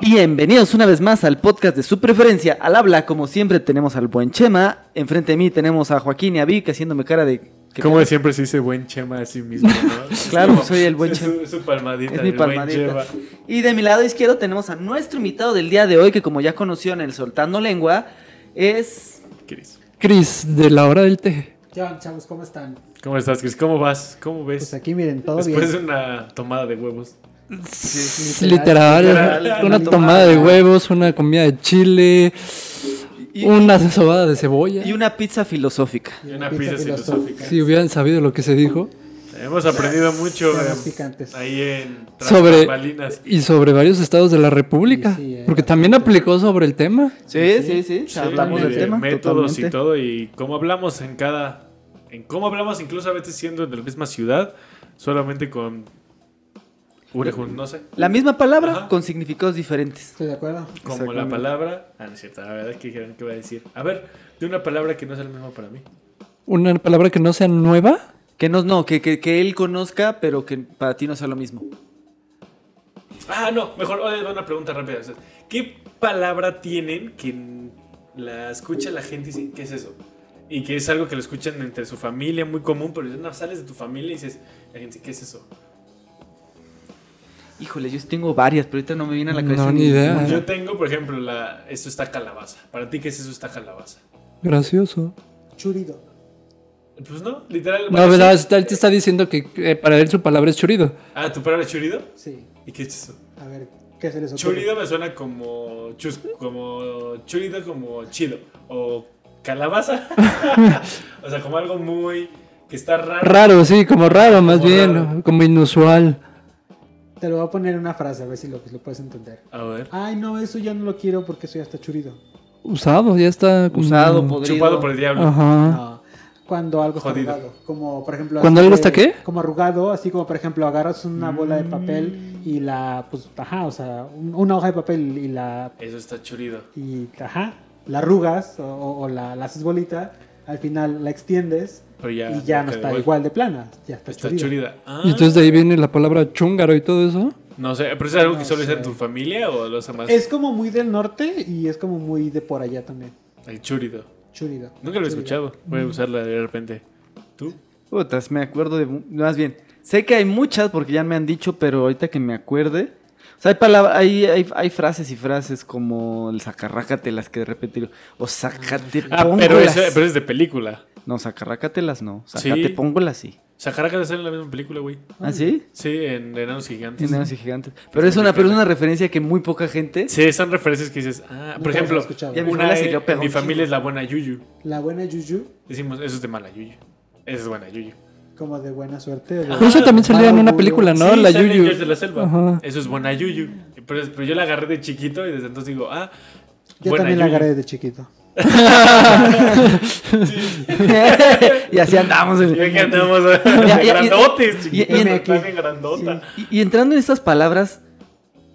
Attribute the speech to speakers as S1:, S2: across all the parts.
S1: Bienvenidos una vez más al podcast de su preferencia. Al habla, como siempre, tenemos al buen Chema. Enfrente de mí tenemos a Joaquín y a Vic haciéndome cara de. ¿Qué
S2: Como
S1: pedo?
S2: siempre se dice buen chema a sí mismo, ¿no? Es
S1: Claro,
S2: como-
S1: soy el buen
S2: es su-
S1: Chema.
S2: Es su palmadita.
S1: Es mi
S2: el buen
S1: palmadita.
S2: Chema.
S1: Y de mi lado izquierdo tenemos a nuestro invitado del día de hoy, que como ya conoció en el Soltando Lengua, es.
S2: Cris.
S3: Chris, de la hora del té.
S4: ¿Qué onda, chavos? ¿Cómo están?
S2: ¿Cómo estás, Cris? ¿Cómo vas? ¿Cómo ves?
S4: Pues aquí miren, todo
S2: Después de
S4: bien.
S2: una tomada de huevos.
S3: Literal,
S1: literal,
S3: una
S1: una
S3: tomada de
S1: tomada.
S3: huevos, una comida de chile,
S1: y-
S3: una sobada de cebolla.
S1: Y una pizza filosófica.
S2: Y una
S4: Pizza
S2: pizza filosófica.
S4: filosófica.
S3: Si hubieran sabido lo que se dijo
S2: Hemos aprendido mucho
S4: Las
S2: eh,
S4: picantes.
S2: ahí en tras
S3: sobre
S2: bambalinas.
S3: y sobre varios estados de la República,
S4: Sí, sí, eh.
S3: porque también aplicó sobre el tema.
S1: Sí, sí, sí. hablamos
S2: Sí,
S1: del
S2: de
S1: tema.
S2: Eh, Métodos
S1: totalmente.
S2: y todo. Y cómo hablamos en cada. En cómo hablamos, incluso a veces siendo de la misma ciudad, solamente con. Urejun, no sé.
S1: La misma palabra
S2: Ajá.
S1: con significados diferentes.
S4: Estoy de acuerdo.
S2: Como la palabra. Ah, no es cierto. La verdad es que dijeron que iba a decir. A ver, de una palabra que no es la misma para mí.
S3: Una palabra que no sea nueva.
S1: Que no, no, que, que, que él conozca, pero que para ti no sea lo mismo.
S2: Ah, no, mejor oye, una pregunta rápida. o sea, ¿Qué palabra tienen que n- la escucha la gente y dice, ¿qué es eso? Y que es algo que lo escuchan entre su familia, muy común, pero no sales de tu familia y dices, la gente, ¿qué es eso?
S1: Híjole, yo tengo varias, pero ahorita no me viene a la cabeza.
S3: No, ni
S1: ninguna.
S3: idea.
S2: Yo tengo, por ejemplo, la, esto está calabaza. ¿Para ti qué es eso está calabaza?
S3: Gracioso.
S4: Churido.
S2: Pues no, literal.
S3: No,
S2: bueno,
S3: verdad,
S2: sí.
S3: está- él te está diciendo que eh, para él su palabra es churido.
S2: Ah, ¿tu palabra es churido?
S4: Sí.
S2: ¿Y qué es eso?
S4: A ver, ¿qué se les ocurre?
S2: Churido me suena como chus, como churido, como chido. O calabaza. o sea, como algo muy... que está raro.
S3: Raro, sí, como raro, más
S2: Como
S3: bien,
S2: raro.
S3: como inusual.
S4: Te lo voy a poner en una frase, a ver si lo, lo puedes entender.
S2: A ver.
S4: Ay, no, eso ya no lo quiero porque eso ya está churido.
S3: Usado, ya está. como-
S1: Usado, podrido.
S2: Chupado por el diablo.
S3: Ajá.
S4: No. Cuando algo está
S2: Jodido.
S4: arrugado. Como, por ejemplo...
S3: ¿Cuando
S4: así
S3: algo
S4: que-
S3: está qué?
S4: Como arrugado, así como, por ejemplo, agarras una bola de
S2: Mm.
S4: papel y la... Pues, ajá, o sea, un- una hoja de papel y la...
S2: Eso está churido.
S4: Y, ajá, la arrugas o, o- o la, la haces bolita. Al final la extiendes
S2: Pero ya
S4: y ya
S2: no
S4: no
S2: queda
S4: está
S2: igual.
S4: igual. de plana. Ya está,
S2: Está
S4: churido.
S2: churida. Ah,
S3: Y entonces de ahí viene la palabra chúngaro y todo eso.
S2: no sé, pero es algo que
S4: No
S2: solo es en
S4: sé.
S2: tu familia o lo hace más
S4: Es como muy del norte y es como muy de por allá también.
S2: el churido.
S4: Churido.
S2: Nunca lo he
S4: Churido.
S2: escuchado. Voy a usarla de repente. ¿Tú?
S1: Putas, me acuerdo de. mu- Más bien, sé que hay muchas porque ya me han dicho, pero ahorita que me acuerde. O sea, hay palabras, hay, hay, hay frases y frases como el sacarrácatelas que de repente digo, o sacate
S2: Ah, pero,
S1: póngolas.
S2: ese- pero es de película.
S1: No, sacarrácatelas no,
S2: Sí.
S1: sacate póngolas sí.
S2: Sacaraca sale en la misma película, güey.
S1: ¿Ah, sí?
S3: Mm.
S2: Sí, en Enanos Gigantes.
S1: Enanos y gigantes. Pero es una, pero es una referencia que muy poca gente.
S2: Sí, son referencias que dices. Ah, por
S4: Nunca
S2: ejemplo,
S4: las he escuchado.
S1: Ya mi
S2: una
S1: familia se
S2: en-
S1: quedó
S2: en
S1: pegón
S2: mi
S1: chido.
S2: familia es la buena Yuyu.
S4: La buena Yuyu,
S2: Decimos, eso es de mala Yuyu. Eso es buena Yuyu.
S4: como de buena suerte. o de-
S3: Pero Ah, eso también salía en una
S4: Ah,
S3: película, ¿no?
S2: Sí,
S3: la
S2: sale en
S3: Yuyu.
S2: Gears de la selva.
S3: Ajá.
S2: Eso es buena Yuyu. Pero, es- pero yo la agarré de chiquito y desde entonces digo, ah,
S4: Yo
S2: buena
S4: también la
S2: Yuyu.
S4: agarré de chiquito.
S1: y así andamos.
S2: Y aquí andamos
S1: ya, ya.
S2: grandotes,
S1: Y- y-
S2: chiquitos,
S1: y-
S2: está bien grandota.
S1: Y, y entrando en estas palabras,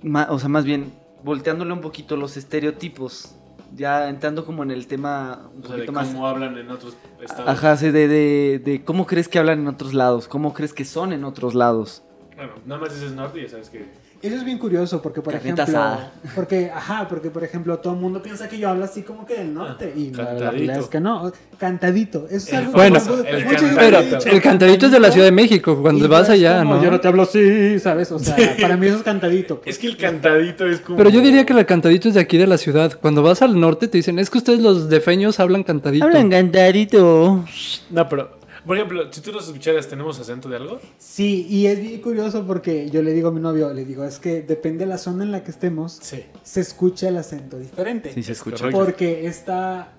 S1: ma- o sea, más bien, volteándole un poquito los estereotipos, ya entrando como en el tema un
S2: O sea, de
S1: poquito más...
S2: cómo hablan en otros estados.
S1: Ajá, sí, de, de, de cómo crees que hablan en otros lados, cómo crees que son en otros lados.
S2: Bueno, nada más dices norte y ya sabes que.
S4: Eso es bien curioso porque, por
S1: Carnita
S4: ejemplo...
S1: asada.
S4: Porque, ajá, porque, por ejemplo, todo el mundo piensa que yo hablo así como que del norte.
S2: Ah,
S4: y la, la
S2: cantadito.
S4: realidad es que no. Cantadito. Eso es
S2: El
S4: algo
S3: Bueno,
S4: algo-
S2: el
S4: mucho yo lo he
S3: Pero
S4: dicho,
S3: el cantarito es de la Ciudad de México, cuando
S4: y
S3: vas
S4: no es
S3: allá,
S4: como,
S3: ¿no?
S4: Yo no te hablo así, ¿sabes? O sea, para mí eso es cantadito. pues.
S2: Es que el cantadito es como.
S3: Pero yo diría que el cantadito es de aquí de la ciudad. Cuando vas al norte te dicen, es que ustedes los defeños hablan cantadito.
S1: cantadito.
S2: No, pero. Por ejemplo, si tú nos escucharas, ¿tenemos acento de algo?
S4: Sí, y es bien curioso porque yo le digo a mi novio, le digo, es que depende de la zona en la que estemos,
S2: Sí.
S4: se escucha el acento diferente.
S1: Sí, se escucha.
S2: Correcto.
S4: Porque está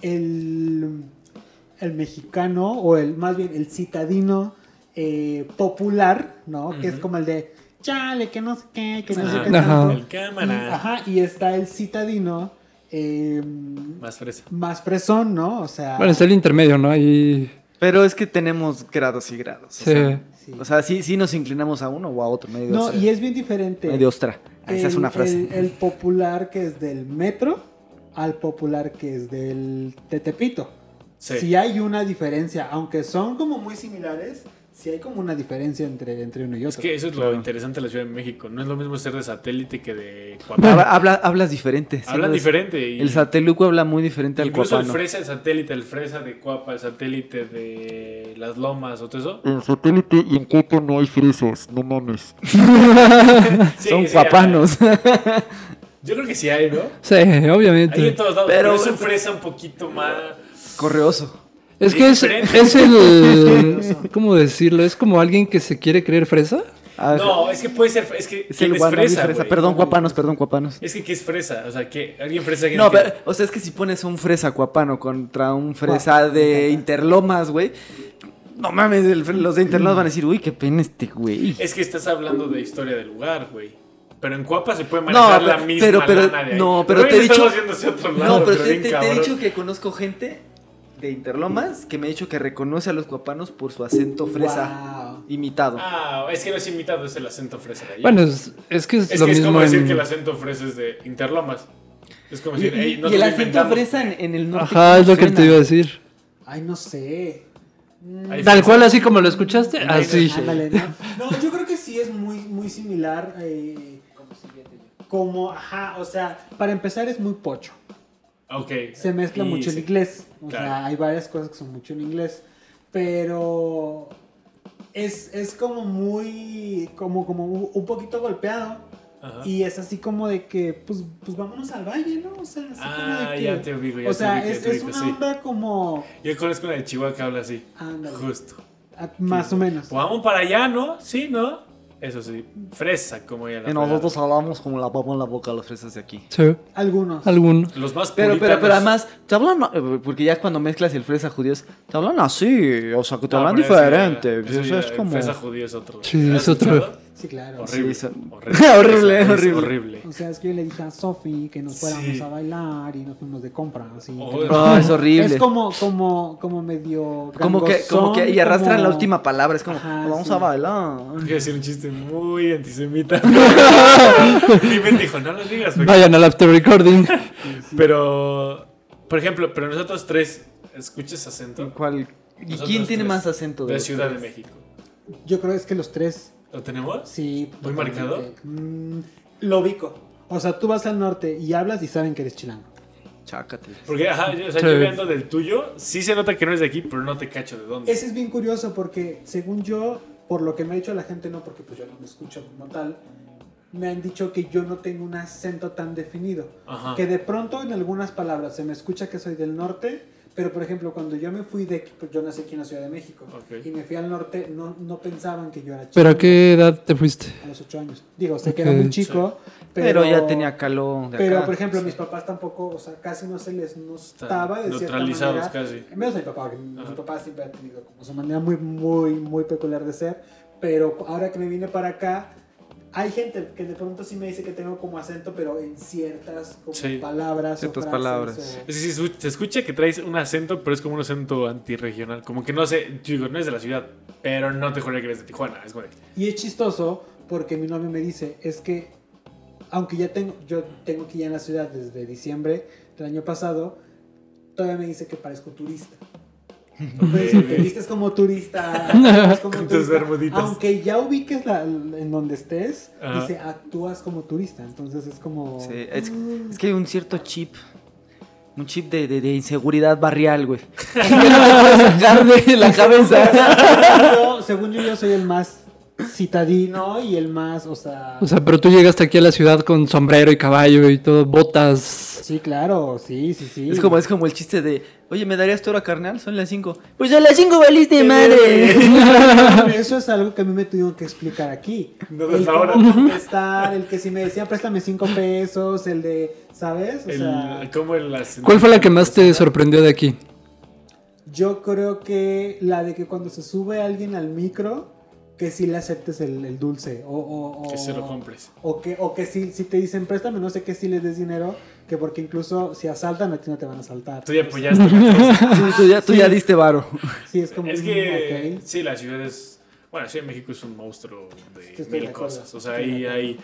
S4: el, el mexicano, o el más bien el citadino, eh, popular, ¿no? Que es como el de chale, que no sé qué, que no sé
S2: Ajá.
S4: qué. tanto.
S2: El cámara.
S4: Y, ajá, y está el citadino eh,
S2: Más fresa.
S4: más fresón, ¿no? O sea,
S3: Bueno, está el intermedio, ¿no? Ahí.
S1: Pero es que tenemos grados y grados. o
S3: Sí.
S1: sea,
S4: sí.
S1: O sea, sí, sí nos inclinamos a uno o a otro. Medio
S4: no,
S1: ostra.
S4: y es bien diferente.
S1: Medio ostra. Ah, Esa es
S4: el-
S1: una frase.
S4: El, el popular que es del metro al popular que es del Tetepito.
S2: Sí.
S4: Sí. hay una diferencia, aunque son como muy similares, sí hay como una diferencia entre, entre uno y
S2: Es
S4: otro.
S2: que eso es lo interesante de la Ciudad de México. No es lo mismo ser de satélite que de
S1: Habla-
S2: Cuapana.
S1: habla- hablas diferente. sí,
S2: Hablan
S1: no es-
S2: diferente. y-
S1: El sateluco habla muy diferente al
S2: Incluso el
S1: cuapano.
S2: fresa de satélite, el fresa de Cuapa, el satélite de las lomas o todo eso.
S5: En satélite y en Copa no hay fresas, no mames.
S2: Sí,
S1: Son
S2: sí,
S1: cuapanos.
S2: hay. Yo creo que sí hay, ¿no?
S3: Sí,
S2: Hay
S3: obviamente.
S2: en todos lados, pero,
S1: Pero-
S2: es un fresa un poquito más.
S1: Correoso.
S3: Es que es,
S2: Diferente.
S3: es el. ¿Cómo decirlo? Es como alguien que se quiere creer fresa.
S1: Ah,
S2: No, es que puede ser. Es que.
S1: es
S2: ¿quién
S1: el
S2: es
S1: wannabe
S2: fresa?
S1: fresa.
S2: güey?
S1: Perdón, cuapanos, perdón, cuapanos.
S2: Es que ¿qué es fresa? O sea, que alguien fresa. alguien
S1: No,
S2: que-
S1: pero, o sea, es que si pones un fresa cuapano contra un fresa de Interlomas, güey. No mames, el fre- los de Interlomas van a decir, uy, qué pena este güey.
S2: Es que estás hablando de historia del lugar, güey. Pero en Cuapa se puede
S1: No,
S2: manejar la
S1: pero-
S2: misma
S1: pero- pero-
S2: lana de ahí.
S1: no, pero
S2: hoy
S1: te he
S2: le estamos
S1: dicho-
S2: haciendo hacia otro lado,
S1: No, pero te,
S2: bien
S1: te- te he
S2: cabrón.
S1: dicho que conozco gente de Interlomas que me ha dicho que reconoce a los cuapanos por su acento fresa
S4: Wow.
S1: imitado.
S2: Ah, es que no es imitado, es el acento fresa de allá.
S3: Bueno, es, es que es,
S2: es
S3: lo
S2: que es
S3: mismo.
S2: como decir
S3: en-
S2: que el acento fresa es de Interlomas. Es como
S1: Y,
S2: decir, hey,
S1: y-
S2: no
S1: y
S2: te
S1: el
S2: lo
S1: acento
S2: inventamos".
S1: fresa en, en el norte.
S3: Ajá, es lo que
S1: suena.
S3: te iba a decir.
S4: Ay, no sé.
S2: Ahí
S3: Tal
S2: fresa.
S3: cual, así como lo escuchaste,
S1: Ah,
S3: así.
S4: Ándale, ¿no? No, yo creo que sí es muy, muy similar. eh, como, ajá, o sea, para empezar es muy pocho.
S2: Ok.
S4: se mezcla
S2: Y
S4: mucho el
S2: sí.
S4: inglés. O
S2: Claro.
S4: sea, hay varias cosas que son mucho en inglés. Pero es, es como muy, como, como un un poquito golpeado.
S2: Ajá.
S4: Y es así como de que, pues, pues vámonos al valle, ¿no? O sea, así como
S2: Ah,
S4: de que,
S2: ya te ubico, ya
S4: O
S2: te
S4: sea,
S2: ubico, ya
S4: es,
S2: te
S4: es
S2: ubico,
S4: una
S2: sí.
S4: onda como,
S2: Yo conozco una de Chihuahua que habla así.
S4: Ándale.
S2: Justo.
S4: ah, más o menos.
S2: Pues vamos para allá, ¿no? Sí, ¿no? Eso sí. Fresa, como ella la
S1: Y nosotros hablamos como la papa en la boca los fresas de aquí.
S3: Sí,
S4: Algunos.
S3: alguno.
S2: Los más
S1: Pero, pero, pero
S2: puritanos.
S1: además, te hablan, eh, porque ya cuando mezclas el fresa judíos, te hablan así, o sea, que te
S2: No,
S1: hablan
S2: pero eso ya-
S1: diferente.
S2: eso
S1: eso
S2: ya,
S1: es
S2: el
S1: como...
S2: Fresa judío es otro.
S3: Sí,
S2: ¿Has
S3: es otro.
S2: escuchado?
S4: Sí, claro.
S2: Horrible.
S1: Sí, son-
S2: Horrible.
S1: Horrible,
S2: Es
S1: horrible.
S2: horrible.
S4: O sea, es que yo le dije a Sofi que nos fuéramos
S2: Sí.
S4: a bailar y nos fuimos de compra. Así, que
S2: Oh,
S4: no-
S1: Ah, es horrible.
S4: Es como, como, como medio.
S1: Como que, como que, y
S4: gangosón,
S1: arrastran la
S4: como-
S1: última palabra, es como,
S4: Ajá,
S1: vamos
S4: sí.
S1: a bailar.
S2: Voy a decir un chiste muy antisemita. Y me dijo, no lo digas. porque-
S3: Vayan al after recording.
S2: Pero, por ejemplo, pero nosotros tres, ¿escuchas acento?
S1: ¿Cuál? ¿Y
S2: Nosotros
S1: quién tiene
S2: tres.
S1: más acento?
S2: De
S1: los
S2: Ciudad de
S1: tres?
S2: México.
S4: Yo creo es que los tres,
S2: ¿Lo tenemos?
S4: sí.
S2: ¿Muy
S4: totalmente.
S2: marcado?
S4: Mm, lo ubico. O sea, tú vas al norte y hablas y saben que eres chilango.
S1: Chácate.
S2: Porque, ajá, yo, o sea,
S3: Sí.
S2: yo viendo del tuyo, sí se nota que no es de aquí, pero no te cacho de dónde.
S4: Ese es bien curioso porque, según yo, por lo que me ha dicho la gente, no porque pues yo no me escucho como tal, me han dicho que yo no tengo un acento tan definido.
S2: Ajá.
S4: Que de pronto en algunas palabras se me escucha que soy del norte, pero por ejemplo, cuando yo me fui de, pues, yo nací aquí en la Ciudad de México,
S2: Ok.
S4: y me fui al norte, no, no pensaban que yo era chilango.
S3: ¿Pero a qué edad te fuiste?
S4: a los ocho años. Digo, sé que
S3: Ok.
S4: era muy chico,
S1: Pero, ya tenía calor de
S4: Pero,
S1: acá.
S4: por ejemplo, mis papás tampoco, o sea, casi no se les notaba de cierta
S2: neutralizados
S4: manera.
S2: casi.
S4: Menos a mi papá, que mi papá siempre ha tenido como su manera muy, muy, muy peculiar de ser. Pero ahora que me vine para acá, hay gente que de pronto sí me dice que tengo como acento, pero en ciertas como
S2: Sí.
S4: palabras. o
S1: Ciertas
S4: frases
S1: palabras.
S4: o-
S2: Es decir, su- se escucha que traes un acento, pero es como un acento antirregional. Como que no sé, yo digo, no es de la ciudad, pero no te juro que eres de Tijuana. Es como de-
S4: Y es chistoso porque mi novio me dice, es que aunque ya tengo, yo tengo aquí ya en la ciudad desde diciembre del año pasado, todavía me dice que parezco turista. Me dice, te vistes como turista, actúas como
S2: Con tus
S4: turista".
S2: bermuditas.
S4: aunque ya ubiques la- en donde estés,
S2: Ajá.
S4: dice actúas como turista, entonces es como
S1: Sí, es, es que hay un cierto chip. Un chip de, de- de inseguridad barrial, güey. Que no me puedes sacar de la cabeza.
S4: Yo, según yo, yo soy el más citadino y el más, o sea,
S3: O sea, pero tú llegaste aquí a la ciudad con sombrero y caballo y todo, botas.
S4: sí, claro, sí, sí, sí.
S1: Es como, es como el chiste de, oye, ¿me darías tu hora carnal? Son las 5. Pues a las 5 valiste madre.
S4: Eso es algo que a mí me tuvieron que explicar aquí.
S2: No,
S4: el
S2: desde
S4: cómo
S2: ahora.
S4: contestar, el que si me decía préstame cinco pesos, el de, ¿sabes? O
S2: el-
S4: sea,
S2: como el acento-
S3: ¿Cuál fue la que más te sorprendió de aquí?
S4: Yo creo que la de que cuando se sube alguien al micro, que sí le aceptes el, el dulce. O, o- o-
S2: Que se lo compres.
S4: O que, o que sí, si te dicen préstame, no sé qué, si les des dinero, que porque incluso si asaltan, a ti no te van a asaltar.
S2: Tú pues ya apoyaste. la
S1: Sí, tú ya, tú ya diste varo.
S4: Sí, es como.
S2: cosa. es
S4: un,
S2: que
S4: ok.
S2: sí, la ciudad es. Bueno, la Ciudad de México es un monstruo de
S4: Estoy de
S2: mil
S4: acuerdo,
S2: cosas. O sea,
S4: estoy de
S2: ahí
S4: acuerdo.
S2: hay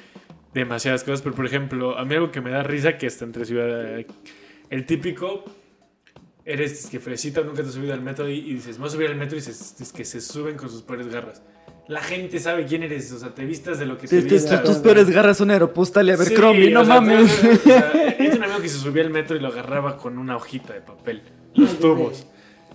S2: demasiadas cosas. Pero por ejemplo, a mí algo que me da risa que está entre ciudad. El típico. Eres que fresita, nunca te has subido al metro y, y dices, me voy a subir al metro y se- es que se suben con sus peores garras. La gente sabe quién eres, o sea, te vistas de lo que te
S1: Tus- tus-
S2: vistas.
S1: tus peores garras son Aeropostale, a ver,
S2: Sí,
S1: Crombie, no
S2: o sea,
S1: mames.
S2: tengo- o sea, Yo tenía un amigo que se subía al metro y lo agarraba con una hojita de papel. Los
S4: Ay,
S2: tubos.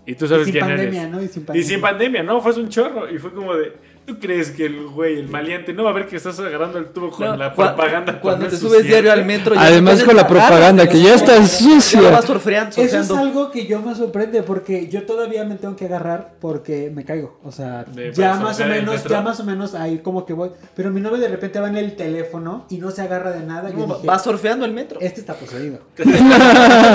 S2: Y tú sabes
S4: Y sin
S2: quién
S4: pandemia,
S2: eres.
S4: ¿no? Y sin
S2: Y
S4: pandemia.
S2: sin pandemia, ¿no? Fue un chorro. Y fue como de. ¿Tú crees que el güey, el maleante, no va a ver que estás agarrando el tubo con
S1: No,
S2: la
S1: cua-
S2: propaganda?
S1: Cuando
S2: tan
S1: te subes
S2: sucia?
S1: diario al metro. ya
S3: Además
S1: no
S3: con la
S1: puedes parar,
S3: propaganda, que ya está
S1: Ya lo
S3: sucia.
S1: vas surfeando,
S4: Eso es
S1: surfeando.
S4: algo que yo me sorprende porque yo todavía me tengo que agarrar porque me caigo. O sea,
S2: De-
S4: ya
S2: para
S4: más o
S2: surfear en el
S4: menos,
S2: metro.
S4: ya más o menos ahí como que voy. Pero mi novio de repente va en el teléfono y no se agarra de nada. y yo
S1: No,
S4: dije,
S1: Va surfeando el metro.
S4: este está poseído.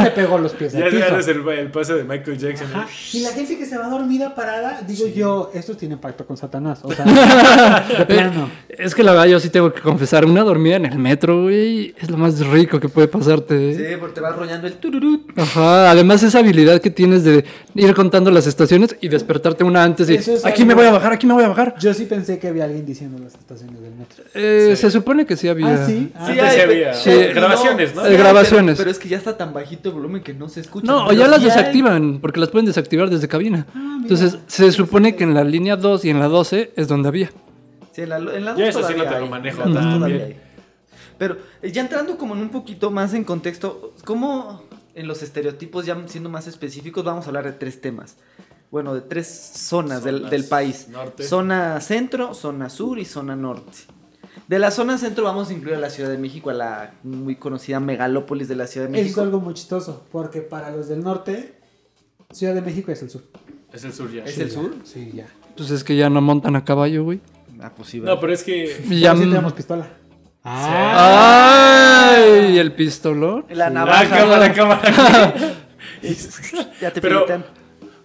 S4: se pegó los pies al
S2: Ya
S4: piso.
S2: sabes el, el pase de Michael Jackson.
S4: Ajá.
S2: ¿no?
S4: Y la gente que se va dormida parada, digo yo, estos tienen pacto con Satanás. O sea, de plano.
S3: Es que la verdad yo sí tengo que confesar, una dormida en el metro, güey, es lo más rico que puede pasarte. ¿eh?
S1: Sí, porque te va arrollando el tururut.
S3: Ajá, además esa habilidad que tienes de ir contando las estaciones y despertarte una antes y
S4: Eso es
S3: aquí
S4: algo-
S3: me voy a bajar, aquí me voy a bajar.
S4: Yo sí pensé que había alguien diciendo las estaciones del metro.
S3: Eh, Se supone que sí había.
S4: Ah, sí. Ah,
S2: Sí, Antes
S1: hay,
S2: había.
S1: pe-
S2: eh,
S3: Sí, Eh,
S1: pero-
S2: grabaciones, ¿no?
S1: sí hay,
S3: Grabaciones.
S1: Pero, pero es que ya está tan bajito el volumen que no se escucha.
S3: No, o
S1: Pero
S3: ya las
S1: sí hay.
S3: desactivan, porque las pueden desactivar desde cabina.
S1: Ah,
S3: Entonces, se supone que en la línea 2 y en la 12 es donde había.
S1: Sí, en la, en la
S2: Ya
S1: dos
S2: eso sí no
S1: todavía
S2: te lo
S1: hay,
S2: manejo
S1: en la dos
S2: tan
S1: todavía
S2: bien.
S1: hay. Pero eh, ya entrando como en un poquito más en contexto, ¿cómo en los estereotipos, ya siendo más específicos, vamos a hablar de tres temas? Bueno, de tres zonas, del,
S2: Zonas
S1: del país.
S2: norte.
S1: Zona centro, zona sur y zona norte. De la zona centro vamos a incluir a la Ciudad de México, a la muy conocida megalópolis de la Ciudad de
S4: Eso pues, es
S1: México.
S4: algo muy chistoso, porque para los del norte, Ciudad de México es el sur.
S2: Es el sur ya.
S1: ¿Es el sur?
S4: Sí, ya.
S3: Entonces Pues es que ya no montan a caballo, güey.
S1: Ah, pues sí,
S2: No,
S1: ¿verdad?
S2: pero es que.
S3: Y
S4: Ya
S3: ya-
S4: sí Ah. tenemos pistola.
S1: Ah.
S3: ¡Ay! el pistolón.
S1: La
S2: Ah,
S1: navaja.
S2: cámara, cámara.
S1: ya te
S2: pero-
S1: pilotean.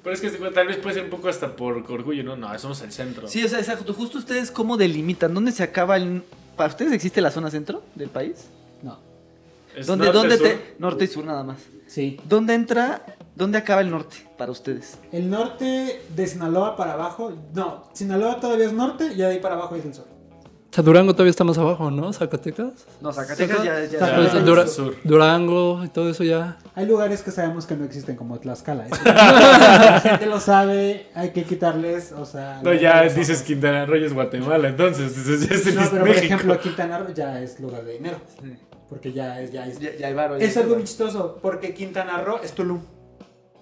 S2: pero es que te cuento, tal vez puede ser un poco hasta por orgullo, ¿no? No, somos el centro.
S1: Sí, o sea, exacto. Justo ustedes cómo delimitan, ¿dónde se acaba el... ¿Para ustedes existe la zona centro del país?
S4: No.
S2: Es
S1: ¿Dónde,
S2: norte,
S1: dónde
S2: sur.
S1: te- Norte y sur nada más.
S4: Sí.
S1: ¿Dónde entra, dónde acaba el norte para ustedes?
S4: El norte de Sinaloa para abajo, no, Sinaloa todavía es norte y de ahí para abajo es el sur.
S3: O sea, Durango todavía está más abajo, ¿no? Zacatecas.
S1: No, Zacatecas ya... ya-
S3: Pero es
S2: Ah,
S3: Dura-
S2: el sur.
S3: Durango y todo eso ya.
S4: Hay lugares que sabemos que no existen como Tlaxcala. eso- La gente lo sabe, hay que quitarles, o sea...
S2: No,
S4: no-
S2: ya
S4: no-
S2: dices Quintana Roo es Guatemala, entonces dices, ya es
S4: No, pero por
S2: México.
S4: ejemplo Quintana Roo ya es lugar de dinero, porque ya es... Ya es,
S1: ya- ya hay varo, ya
S4: es
S1: hay
S4: algo
S1: varo.
S4: muy chistoso, porque Quintana Roo es Tulum.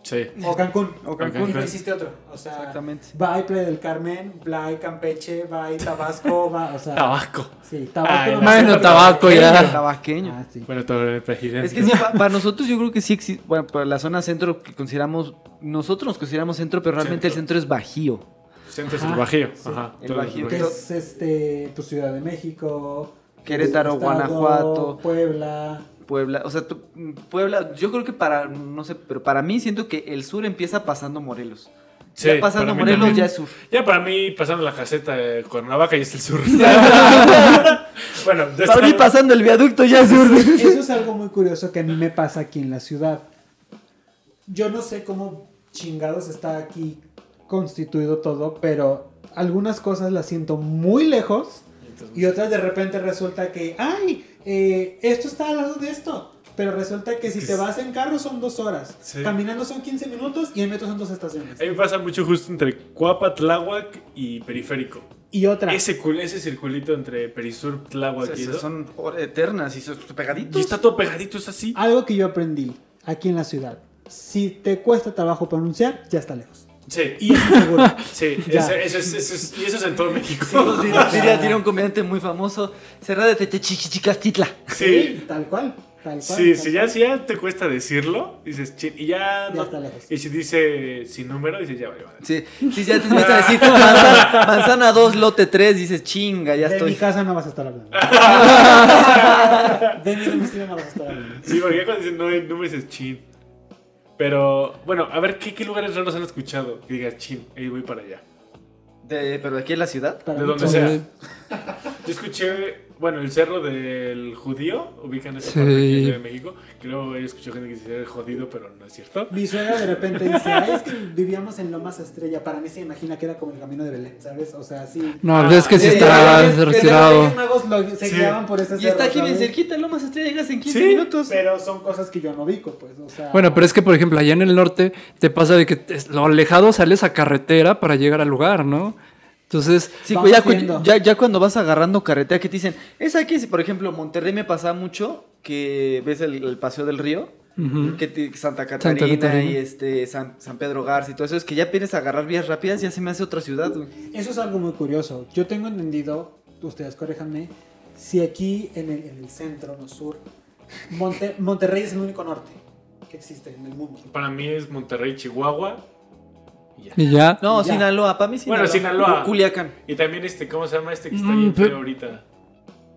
S2: Sí.
S4: O Cancún.
S1: O
S2: Cancún.
S4: Y no existe otro. O sea,
S1: Exactamente.
S4: va y Playa del Carmen, va y Campeche, va y Tabasco, va, o sea...
S2: Tabaco.
S4: Sí, Tabasco.
S2: Ay,
S4: no
S2: no.
S4: sé.
S3: Bueno, tabaco
S1: Tabaqueño,
S3: ya.
S1: Tabaqueño.
S4: Ah, sí.
S2: Bueno, todo el presidente.
S1: Es que sí, pa- para nosotros yo creo que sí existe... Bueno, para la zona centro que consideramos... Nosotros nos consideramos centro, pero realmente el centro es bajío.
S2: Centro es
S4: Ajá.
S2: el Bajío.
S4: Sí,
S2: Ajá.
S1: el
S2: todo
S1: Bajío.
S4: que
S1: Pero-
S4: es este tu Ciudad de México,
S1: Querétaro,
S4: Estado,
S1: Guanajuato.
S4: Puebla.
S1: Puebla, o sea, tú- Puebla, yo creo que para, no sé, pero para mí siento que el sur empieza pasando Morelos.
S2: Sí,
S1: ya pasando
S2: para mí
S1: Morelos
S2: también.
S1: ya es sur.
S2: Ya para mí, pasando la caseta de Cuernavaca, ya es el sur. bueno, ya
S1: Para mí
S2: está.
S1: pasando el viaducto ya es sur.
S4: Eso es algo muy curioso que a mí me pasa aquí en la ciudad. Yo no sé cómo chingados está aquí constituido todo, pero algunas cosas las siento muy lejos y otras de repente resulta que, ay, eh, esto está al lado de esto. Pero resulta que si te vas en carro son dos horas,
S2: Sí. Eh,
S4: caminando son 15 minutos y en metro son dos estaciones.
S2: A mí me pasa mucho justo entre Cuapa, Tláhuac y Periférico.
S4: Y otra.
S2: Ese, cul- ese circulito entre Perisur, Tláhuac y eso.
S1: son eternas y son
S2: Y
S1: pegaditos.
S2: está todo pegadito, es así.
S4: Algo que yo aprendí aquí en la ciudad. Si te cuesta trabajo pronunciar, ya está lejos.
S2: Sí.
S4: Y es seguro.
S2: Sí,
S4: Ya.
S2: eso, eso es- eso es- y eso es en todo México.
S1: Diría, diría- diría un comediante muy famoso, cerrada de Chichicastitla.
S2: sí.
S4: Tal cual. Tal cual.
S2: Sí,
S4: tal
S2: si
S4: cual.
S2: ya, si ya te cuesta decirlo, dices, "Chin", y ya,
S4: Ya
S2: no.
S4: está lejos.
S2: Y si dice sin número, dices, ya vale, vale.
S1: Sí, sí, ya te vas a decir manzana, manzana 2, lote 3, dices chinga, ya
S4: De mi
S1: estoy.
S4: casa no vas a estar hablando. De mi domicilio no vas a estar hablando.
S2: Sí, porque ya cuando dicen no hay número, dices, chin. Pero bueno, a ver, ¿qué, qué lugares raros han escuchado? Que digas, chin, ahí voy para allá.
S1: De- ¿Pero de aquí en la ciudad?
S4: Para
S2: De
S4: mí
S2: donde
S4: todo-
S2: sea. Yo escuché, bueno, el cerro del judío, ubican ese
S3: Sí.
S2: parte aquí en Ciudad de México. Creo he escuchado gente que dice "Eh, jodido, pero no es cierto.
S4: Mi suegra de repente dice, ay, es que vivíamos en Lomas Estrella. Para mí se imagina que era como el camino de Belén, ¿sabes? O sea, sí.
S3: No,
S2: ah,
S3: pues es que sí
S4: Eh,
S3: está
S4: que- que de
S3: retirado.
S4: repente los magos lo- se
S2: Sí.
S4: guiaban por ese
S1: Y está
S4: cerro,
S1: aquí bien
S4: ¿sabes?
S1: cerquita, Lomas Estrella, llegas en 15
S2: Sí,
S1: minutos.
S4: Pero son cosas que yo no ubico, pues, o sea...
S3: Bueno, pero es que, por ejemplo, allá en el norte te pasa de que es- lo alejado sales a carretera para llegar al lugar, ¿no? Entonces,
S1: Sí,
S4: Vamos
S1: ya, cu-
S4: viendo.
S1: ya, ya cuando vas agarrando carretera que te dicen, es aquí, si por ejemplo Monterrey me pasa mucho que ves el, el paseo del río, que te- Santa Catarina,
S3: Catarina.
S1: y este San, San Pedro Garza y todo eso, es que ya vienes a agarrar vías rápidas, ya se me hace otra ciudad, güey.
S4: Eso es algo muy curioso. Yo tengo entendido, ustedes corríjanme, si aquí en el, en el centro, no sur, Monte- Monterrey es el único norte que existe en el mundo.
S2: Para mí es Monterrey, Chihuahua.
S3: y ya.
S1: No,
S4: Ya.
S1: Sinaloa, para mí Sinaloa.
S2: Bueno, Sinaloa.
S1: Culiacán,
S2: Y también este, ¿cómo se llama este que está
S3: Mm,
S2: ahí
S3: pero-
S2: pero... ahorita?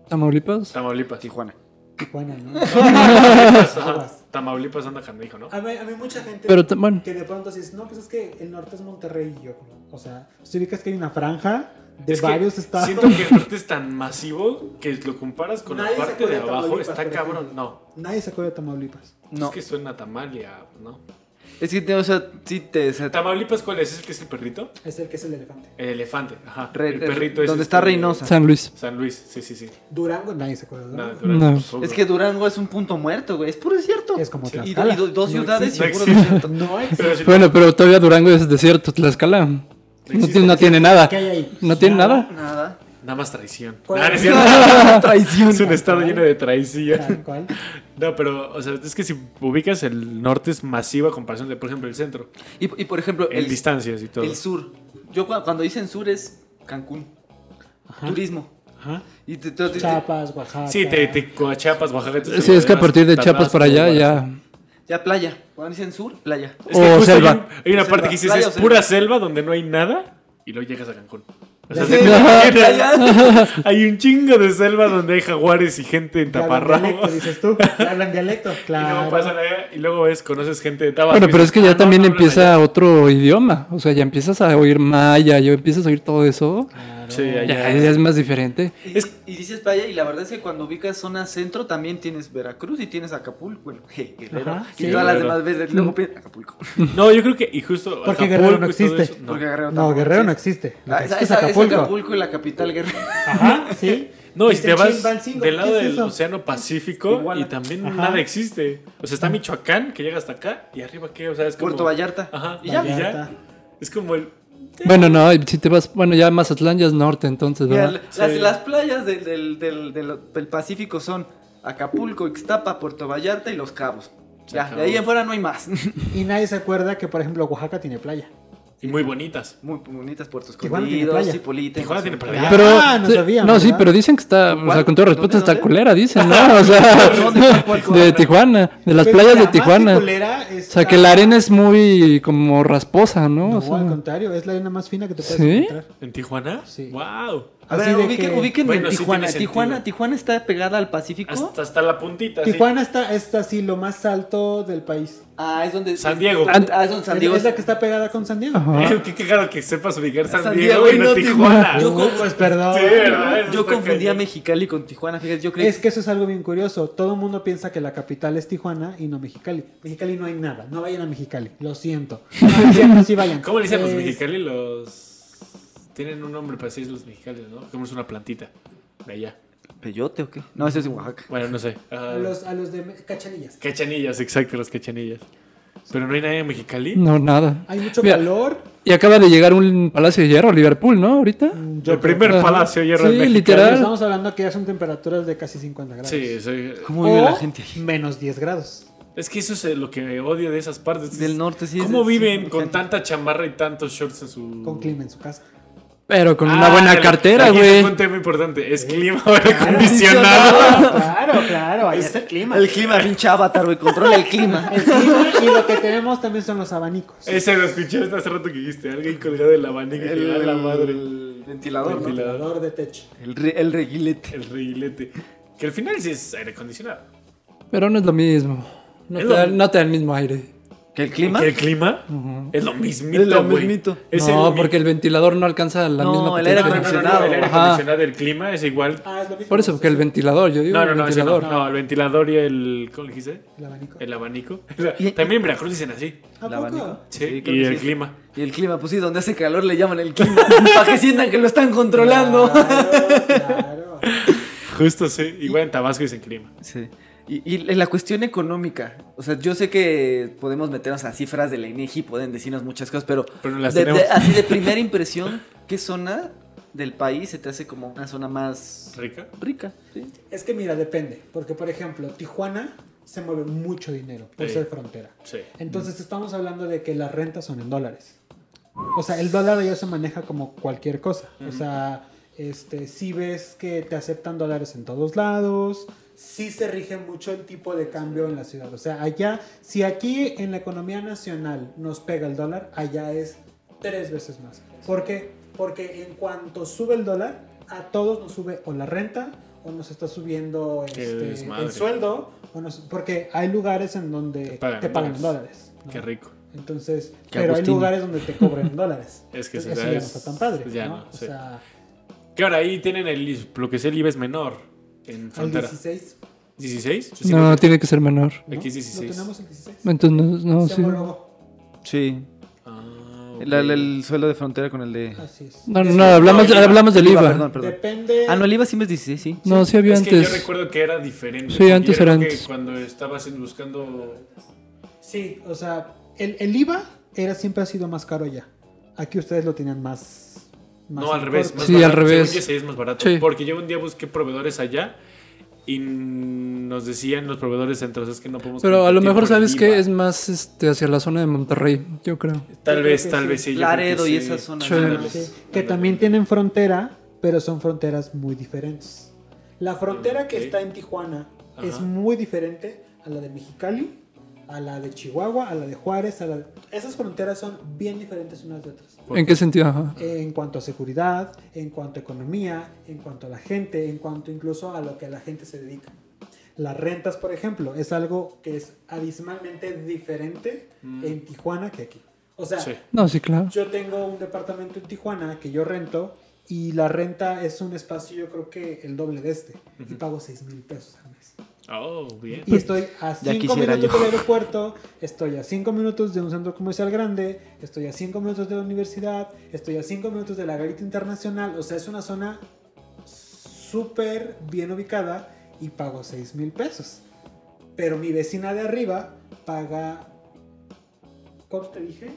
S3: Tamaulipas.
S2: Tamaulipas.
S1: Tijuana.
S4: Tijuana, ¿no?
S2: Tamaulipas, ajá.
S4: Aguas.
S2: Tamaulipas anda canijo, ¿no?
S4: A mí, a mí mucha gente
S3: Pero ta- bueno.
S4: que de pronto dice, no, pues es que el norte es Monterrey y yo, como, o sea, si ubicas que hay una franja de
S2: Es que
S4: varios estados.
S2: Siento que el norte es tan masivo que lo comparas con
S4: Nadie
S2: la
S4: se
S2: parte de
S4: acuerda de
S2: abajo.
S4: Tamaulipas,
S2: Está
S4: por
S2: cabrón,
S4: ejemplo.
S2: no.
S4: Nadie se acuerda de Tamaulipas.
S1: No,
S2: Es que suena Tamalia, ¿no?
S1: es que, o sea, sí te... se-
S2: ¿Tamaulipas cuál es? ¿Es el que es el perrito?
S4: Es el que es el elefante.
S2: El elefante, ajá.
S1: re-
S2: el perrito
S1: re-
S2: es.
S1: donde
S2: este-
S1: está Reynosa.
S3: San Luis.
S2: San Luis, sí, sí, sí.
S4: Durango, nadie se acuerda. de
S2: Nada,
S4: Durango.
S2: Durango,
S3: No.
S2: pues, obvio.
S1: Es que Durango es un punto muerto, güey, es puro desierto.
S4: Es como
S1: Sí, y, do-
S4: Tlaxcala.
S1: y do- dos
S4: No
S1: ciudades
S4: existe.
S1: y puro
S2: No existe.
S1: desierto.
S4: No existe.
S2: Pero si no-
S3: Bueno, pero todavía Durango es desierto, Tlaxcala. No,
S2: existe,
S3: tiene- no tiene nada.
S4: ¿Qué hay ahí?
S3: No tiene nada.
S1: Nada.
S2: Nada más traición.
S4: ¿Cuál?
S2: Nah, no es cierto.
S1: Traición.
S2: Es un estado lleno de traición.
S4: Tal cual.
S2: No, pero, o sea, es que si ubicas el norte es masiva a comparación de, por ejemplo, el centro.
S1: Y, y, por ejemplo,
S2: En
S1: el,
S2: distancias y todo.
S1: El sur. Yo cua- cuando dicen sur es Cancún. Turismo.
S2: Ajá.
S1: Y te- te- te-
S4: Chapas, Oaxaca.
S2: Sí, te, te, con Chiapas, Oaxaca. todo
S3: Sí,
S2: eso,
S3: es que a
S2: además,
S3: partir de
S2: Tabasco,
S3: Chiapas para allá ya.
S1: ya playa. Cuando dicen sur, playa.
S2: Es que
S3: O
S2: justo
S3: selva.
S2: Hay, un- hay una
S1: Selva,
S2: parte que dices,
S1: playa
S2: es
S1: o selva.
S2: pura selva donde no hay nada y luego llegas a Cancún. O sea,
S1: Ya
S2: te-
S1: sé, playa.
S2: hay un chingo de selva donde hay jaguares y gente en
S4: Ya hablan dialecto,
S2: taparrabos.
S4: dices tú. Ya hablan dialecto,
S2: Y luego
S4: claro.
S2: pasan allá y luego ves, conoces gente de Tabasco.
S3: Bueno,
S2: y
S3: pero es
S2: dices,
S3: que ya
S2: "Ah, no,
S3: también
S2: no hablan
S3: empieza
S2: allá".
S3: otro idioma. O sea, ya empiezas a oír maya, ya empiezas a oír todo eso.
S2: Sí, allá.
S3: Ya, ya es más diferente.
S1: Y, y dices playa y la verdad es que cuando ubicas zona centro también tienes Veracruz y tienes Acapulco. Bueno, je, Guerrero.
S4: Ajá,
S1: y
S2: sí.
S1: todas las
S2: Guerrero.
S1: demás veces. Luego piensas Acapulco.
S2: No, yo creo que, y justo.
S4: Porque
S2: Acapulco
S4: Guerrero no
S2: y todo
S4: existe.
S2: eso, no.
S1: Porque Guerrero
S4: No,
S1: tampoco
S4: Guerrero no
S1: existe.
S4: existe. Lo
S1: Ah,
S4: que
S1: esa-
S4: existe es
S1: esa- es
S4: Acapulco.
S1: Acapulco y la capital Guerrero.
S4: Ajá, sí.
S2: No, y
S4: Dicen
S2: te vas
S4: Chimpancingo,
S2: del lado
S4: ¿qué es
S2: del
S4: eso?
S2: Océano Pacífico
S1: Iguala.
S2: y también
S4: Ajá.
S2: nada existe. O sea, está Michoacán, que llega hasta acá, y arriba, ¿qué? O sea, es como.
S1: Puerto Vallarta.
S2: Ajá,
S1: Y ya.
S2: y ya.
S4: Vallarta.
S2: Es como el.
S3: Bueno, no, y si te vas, bueno, ya Mazatlán ya es norte, entonces,
S1: Mira,
S3: ¿verdad?
S1: la- las,
S2: Sí.
S1: las playas del, del- del- del- del Pacífico son Acapulco, Ixtapa, Puerto Vallarta y Los Cabos. Ya, de ahí en fuera no hay más.
S4: Y nadie se acuerda que, por ejemplo, Oaxaca tiene playa.
S2: Y muy bonitas.
S1: Muy bonitas, Puerto
S4: Tijuana tiene
S1: Escondido,
S4: playa.
S1: Cipolite.
S2: Tijuana tiene playa.
S3: Pero,
S4: Ah, no
S3: sí,
S4: sabíamos,
S3: no, sí,
S4: ¿verdad?
S3: pero dicen que está, o sea,
S1: ¿Cuál?
S3: con todo respeto,
S1: ¿Dónde,
S3: está
S1: dónde?
S3: culera, dicen, ¿no? O sea,
S1: ¿Dónde, cuál, cuál, cuál?
S3: de Tijuana, de las
S4: Pero
S3: playas de
S4: la más
S3: Tijuana. O
S4: culera es
S3: sea, que la arena es muy como rasposa, ¿no?
S4: No,
S3: O
S4: al
S3: sea,
S4: contrario, es la arena más fina que te puedes
S3: ¿Sí?
S4: encontrar.
S2: ¿En Tijuana?
S4: Sí.
S2: ¡Wow!
S1: A ver,
S4: Así de
S1: ubiquen,
S4: que-
S1: ubiquen
S2: Bueno,
S1: en
S2: sí
S1: Tijuana.
S2: tiene
S1: Tijuana,
S2: sentido.
S1: Tijuana está pegada al Pacífico.
S2: Hasta, hasta la puntita. sí.
S4: Tijuana está, es así lo más alto del país.
S1: Ah, es donde.
S2: San Diego.
S1: Ah, es donde San Diego.
S4: Es la que está pegada con San Diego.
S2: Eh, Qué cagado que sepas ubicar San,
S1: San
S2: Diego, y no Tijuana.
S1: Yo,
S4: Uy,
S1: con-
S4: pues
S2: Ah,
S4: perdón.
S2: Sí, ¿verdad? Eso
S1: yo
S2: está
S1: confundí a
S2: cañón.
S1: Mexicali con Tijuana. Fíjate, yo creí.
S4: Es que eso es algo bien curioso. Todo el mundo piensa que la capital es Tijuana y no Mexicali. Mexicali no hay nada. No vayan a Mexicali. Lo siento. No, siempre sí vayan. Este,
S2: ¿Cómo le dicen los
S4: Es-
S2: mexicali? Los. Tienen un nombre para decir los mexicales, ¿no? Como es una plantita. De allá.
S1: ¿Peyote o qué? No, eso es en Oaxaca.
S2: Bueno, no sé. Ah,
S4: A los, a los de me- Cachanillas.
S2: Cachanillas, exacto, los cachanillas. Pero no hay nadie en Mexicali.
S3: No, nada.
S4: Hay mucho
S3: Mira,
S4: calor.
S3: Y acaba de llegar un Palacio de Hierro, Liverpool, ¿no? Ahorita.
S4: Yo
S2: el
S4: creo-
S2: primer
S3: Ajá.
S2: palacio hierro
S3: Sí,
S2: en Mexicali.
S3: literal.
S4: Estamos hablando que ya son temperaturas de casi 50 grados.
S2: Sí, soy-
S1: ¿Cómo vive
S4: O
S1: la gente ahí?
S4: Menos 10 grados.
S2: es que eso es lo que odio de esas partes.
S1: Del
S2: Es-
S1: norte, sí,
S2: ¿Cómo
S1: es-
S2: viven
S1: sí,
S2: con
S1: gente.
S2: tanta chamarra y tantos shorts en su.
S4: Con clima en su casa.
S3: Pero con
S2: Ah,
S3: una buena
S2: pero
S3: cartera,
S2: aquí
S3: güey.
S2: Es un tema importante. Es clima aire acondicionado.
S4: Ah, Claro, claro. Ahí está el clima.
S1: El clima, pinche avatar, güey. Controla el clima.
S4: El clima y lo que tenemos también son los abanicos.
S2: Ese lo escuché hasta hace rato que dijiste. Alguien colgado del abanico y que da la madre.
S1: el ventilador. ¿no?
S2: Ventilador.
S4: Calor de techo.
S1: El, re- el reguilete.
S2: El reguilete. Que al final sí es aire acondicionado.
S3: Pero no es lo mismo. No
S2: Es
S3: te,
S2: lo
S3: da,
S2: mismo.
S3: no te da el mismo aire.
S1: ¿Que el clima?
S2: ¿Que el clima? Es lo mismito,
S1: ¿Ah? Es lo
S2: güey.
S1: mismito.
S2: Es el
S3: no,
S2: mi-
S3: porque el ventilador no alcanza la
S1: No,
S3: misma
S1: el aire
S2: No, no, no, no,
S3: potencia.
S1: acondicionado.
S2: El aire
S3: Ajá.
S2: acondicionado del clima es igual.
S4: Ah, es lo mismo.
S3: Por eso, que el ventilador, yo digo.
S2: No,
S3: el
S2: no, no, ese no,
S3: ventilador.
S2: no, el ventilador y el. ¿Cómo le dijiste?
S4: El abanico.
S2: El abanico.
S1: Y-
S2: También en Veracruz dicen así.
S4: ¿A
S1: ¿El
S4: poco?
S1: abanico?
S2: Sí,
S1: creo
S2: y
S1: que
S2: el clima.
S1: Y el clima, pues sí, donde hace calor le llaman el clima. para que sientan que lo están controlando.
S4: Claro, claro.
S2: Justo, sí. Igual en Tabasco dicen clima.
S1: Sí. Y, y la cuestión económica. O sea, yo sé que podemos meternos a cifras de la INEGI, pueden decirnos muchas cosas, pero,
S2: Pero no las
S1: de- de-
S2: tenemos.
S1: así de primera impresión, ¿qué zona del país se te hace como una zona más
S2: ¿Rica?
S1: rica? Sí.
S4: Es que mira, depende. Porque, por ejemplo, Tijuana se mueve mucho dinero por
S2: Sí.
S4: ser frontera.
S2: Sí.
S4: Entonces estamos hablando de que las rentas son en dólares. O sea, el dólar ya se maneja como cualquier cosa. O sea, este, si ves que te aceptan dólares en todos lados, sí se rige mucho el tipo de cambio en la ciudad. O sea, allá, si aquí en la economía nacional nos pega el dólar, allá es tres veces más. ¿Por qué? Porque en cuanto sube el dólar, a todos nos sube o la renta o nos está subiendo
S2: Qué
S4: este,
S2: desmadre.
S4: el sueldo. o nos- porque hay lugares en donde te
S2: pagan
S4: pagan,
S2: en
S4: en
S2: dólares.
S4: dólares.
S2: Qué
S4: ¿no?
S2: rico.
S4: Entonces,
S1: Que
S4: pero
S1: Agustín.
S4: hay lugares donde te cobran en dólares.
S2: Es que
S4: eso
S2: eso
S4: ya
S2: ya
S4: no
S2: es-
S4: está tan padre.
S2: ya
S4: ¿no?
S2: no,
S4: o
S2: sí.
S4: sea,
S2: Que ahora ahí tienen el, lo que es el IBES menor en
S4: al
S2: frontera.
S4: 16.
S2: ¿16?
S3: No, no, tiene que ser menor.
S4: ¿no?
S2: Aquí es 16.
S4: No tenemos el 16.
S3: Entonces, no, no,
S4: Se
S3: sí.
S4: homologó.
S2: Ah, ok.
S1: El, suelo de frontera con el de...
S4: Así es.
S3: No, no,
S4: Es
S3: no,
S4: que
S3: hablamos, hablamos del IVA.
S1: perdón, Ah, perdón.
S4: Depende.
S1: Ah, no, el IVA sí me dice, sí.
S3: No, sí había
S2: Es que yo
S3: antes.
S2: recuerdo que era diferente.
S3: Sí, antes
S2: Yo creo
S3: era
S2: que
S3: antes.
S2: Cuando estabas buscando.
S4: Sí, o sea, el, el IVA era, siempre ha sido más caro allá. Aquí ustedes lo tenían más. más
S2: No, al
S4: en
S2: revés.
S4: corto.
S2: más
S3: Sí,
S2: barato.
S3: al revés.
S2: Según yo, sí es más barato.
S3: Sí.
S2: Porque yo un día busqué proveedores allá y nos decían los proveedores entonces que no podemos.
S3: Pero a lo
S2: competir por
S3: mejor,
S2: el
S3: ¿sabes qué?
S2: IVA.
S3: Es más este, hacia la zona de Monterrey, yo creo.
S2: Tal
S4: Yo
S2: vez,
S4: creo que
S2: tal
S4: sí.
S2: vez sí. yo creo que
S1: Laredo y
S2: sí.
S1: esa zona.
S3: Sí.
S1: ¿no?
S4: Sí,
S2: Ándale.
S4: que también tienen frontera, pero son fronteras muy diferentes. La frontera que
S2: Ok.
S4: está en Tijuana
S2: Ajá.
S4: es muy diferente a la de Mexicali, a la de Chihuahua, a la de Juárez. A la de- Esas fronteras son bien diferentes unas de otras.
S3: ¿En qué sentido? Ajá.
S4: En cuanto a seguridad, en cuanto a economía, en cuanto a la gente, en cuanto incluso a lo que la gente se dedica. Las rentas, por ejemplo, es algo que es abismalmente diferente en Tijuana que aquí. O sea,
S2: Mm. Sí.
S3: No, sí, claro.
S4: yo tengo un departamento en Tijuana que yo rento y la renta es un espacio yo creo que el doble de este y pago 6 mil pesos al mes.
S2: Oh, bien.
S4: Y estoy a 5
S1: quisiera
S4: minutos
S1: yo.
S4: del aeropuerto, estoy a 5 minutos de un centro comercial grande, estoy a 5 minutos de la universidad, estoy a 5 minutos de la garita internacional, o sea, es una zona súper bien ubicada y pago 6 mil pesos. Pero mi vecina de arriba paga, ¿cuánto te dije?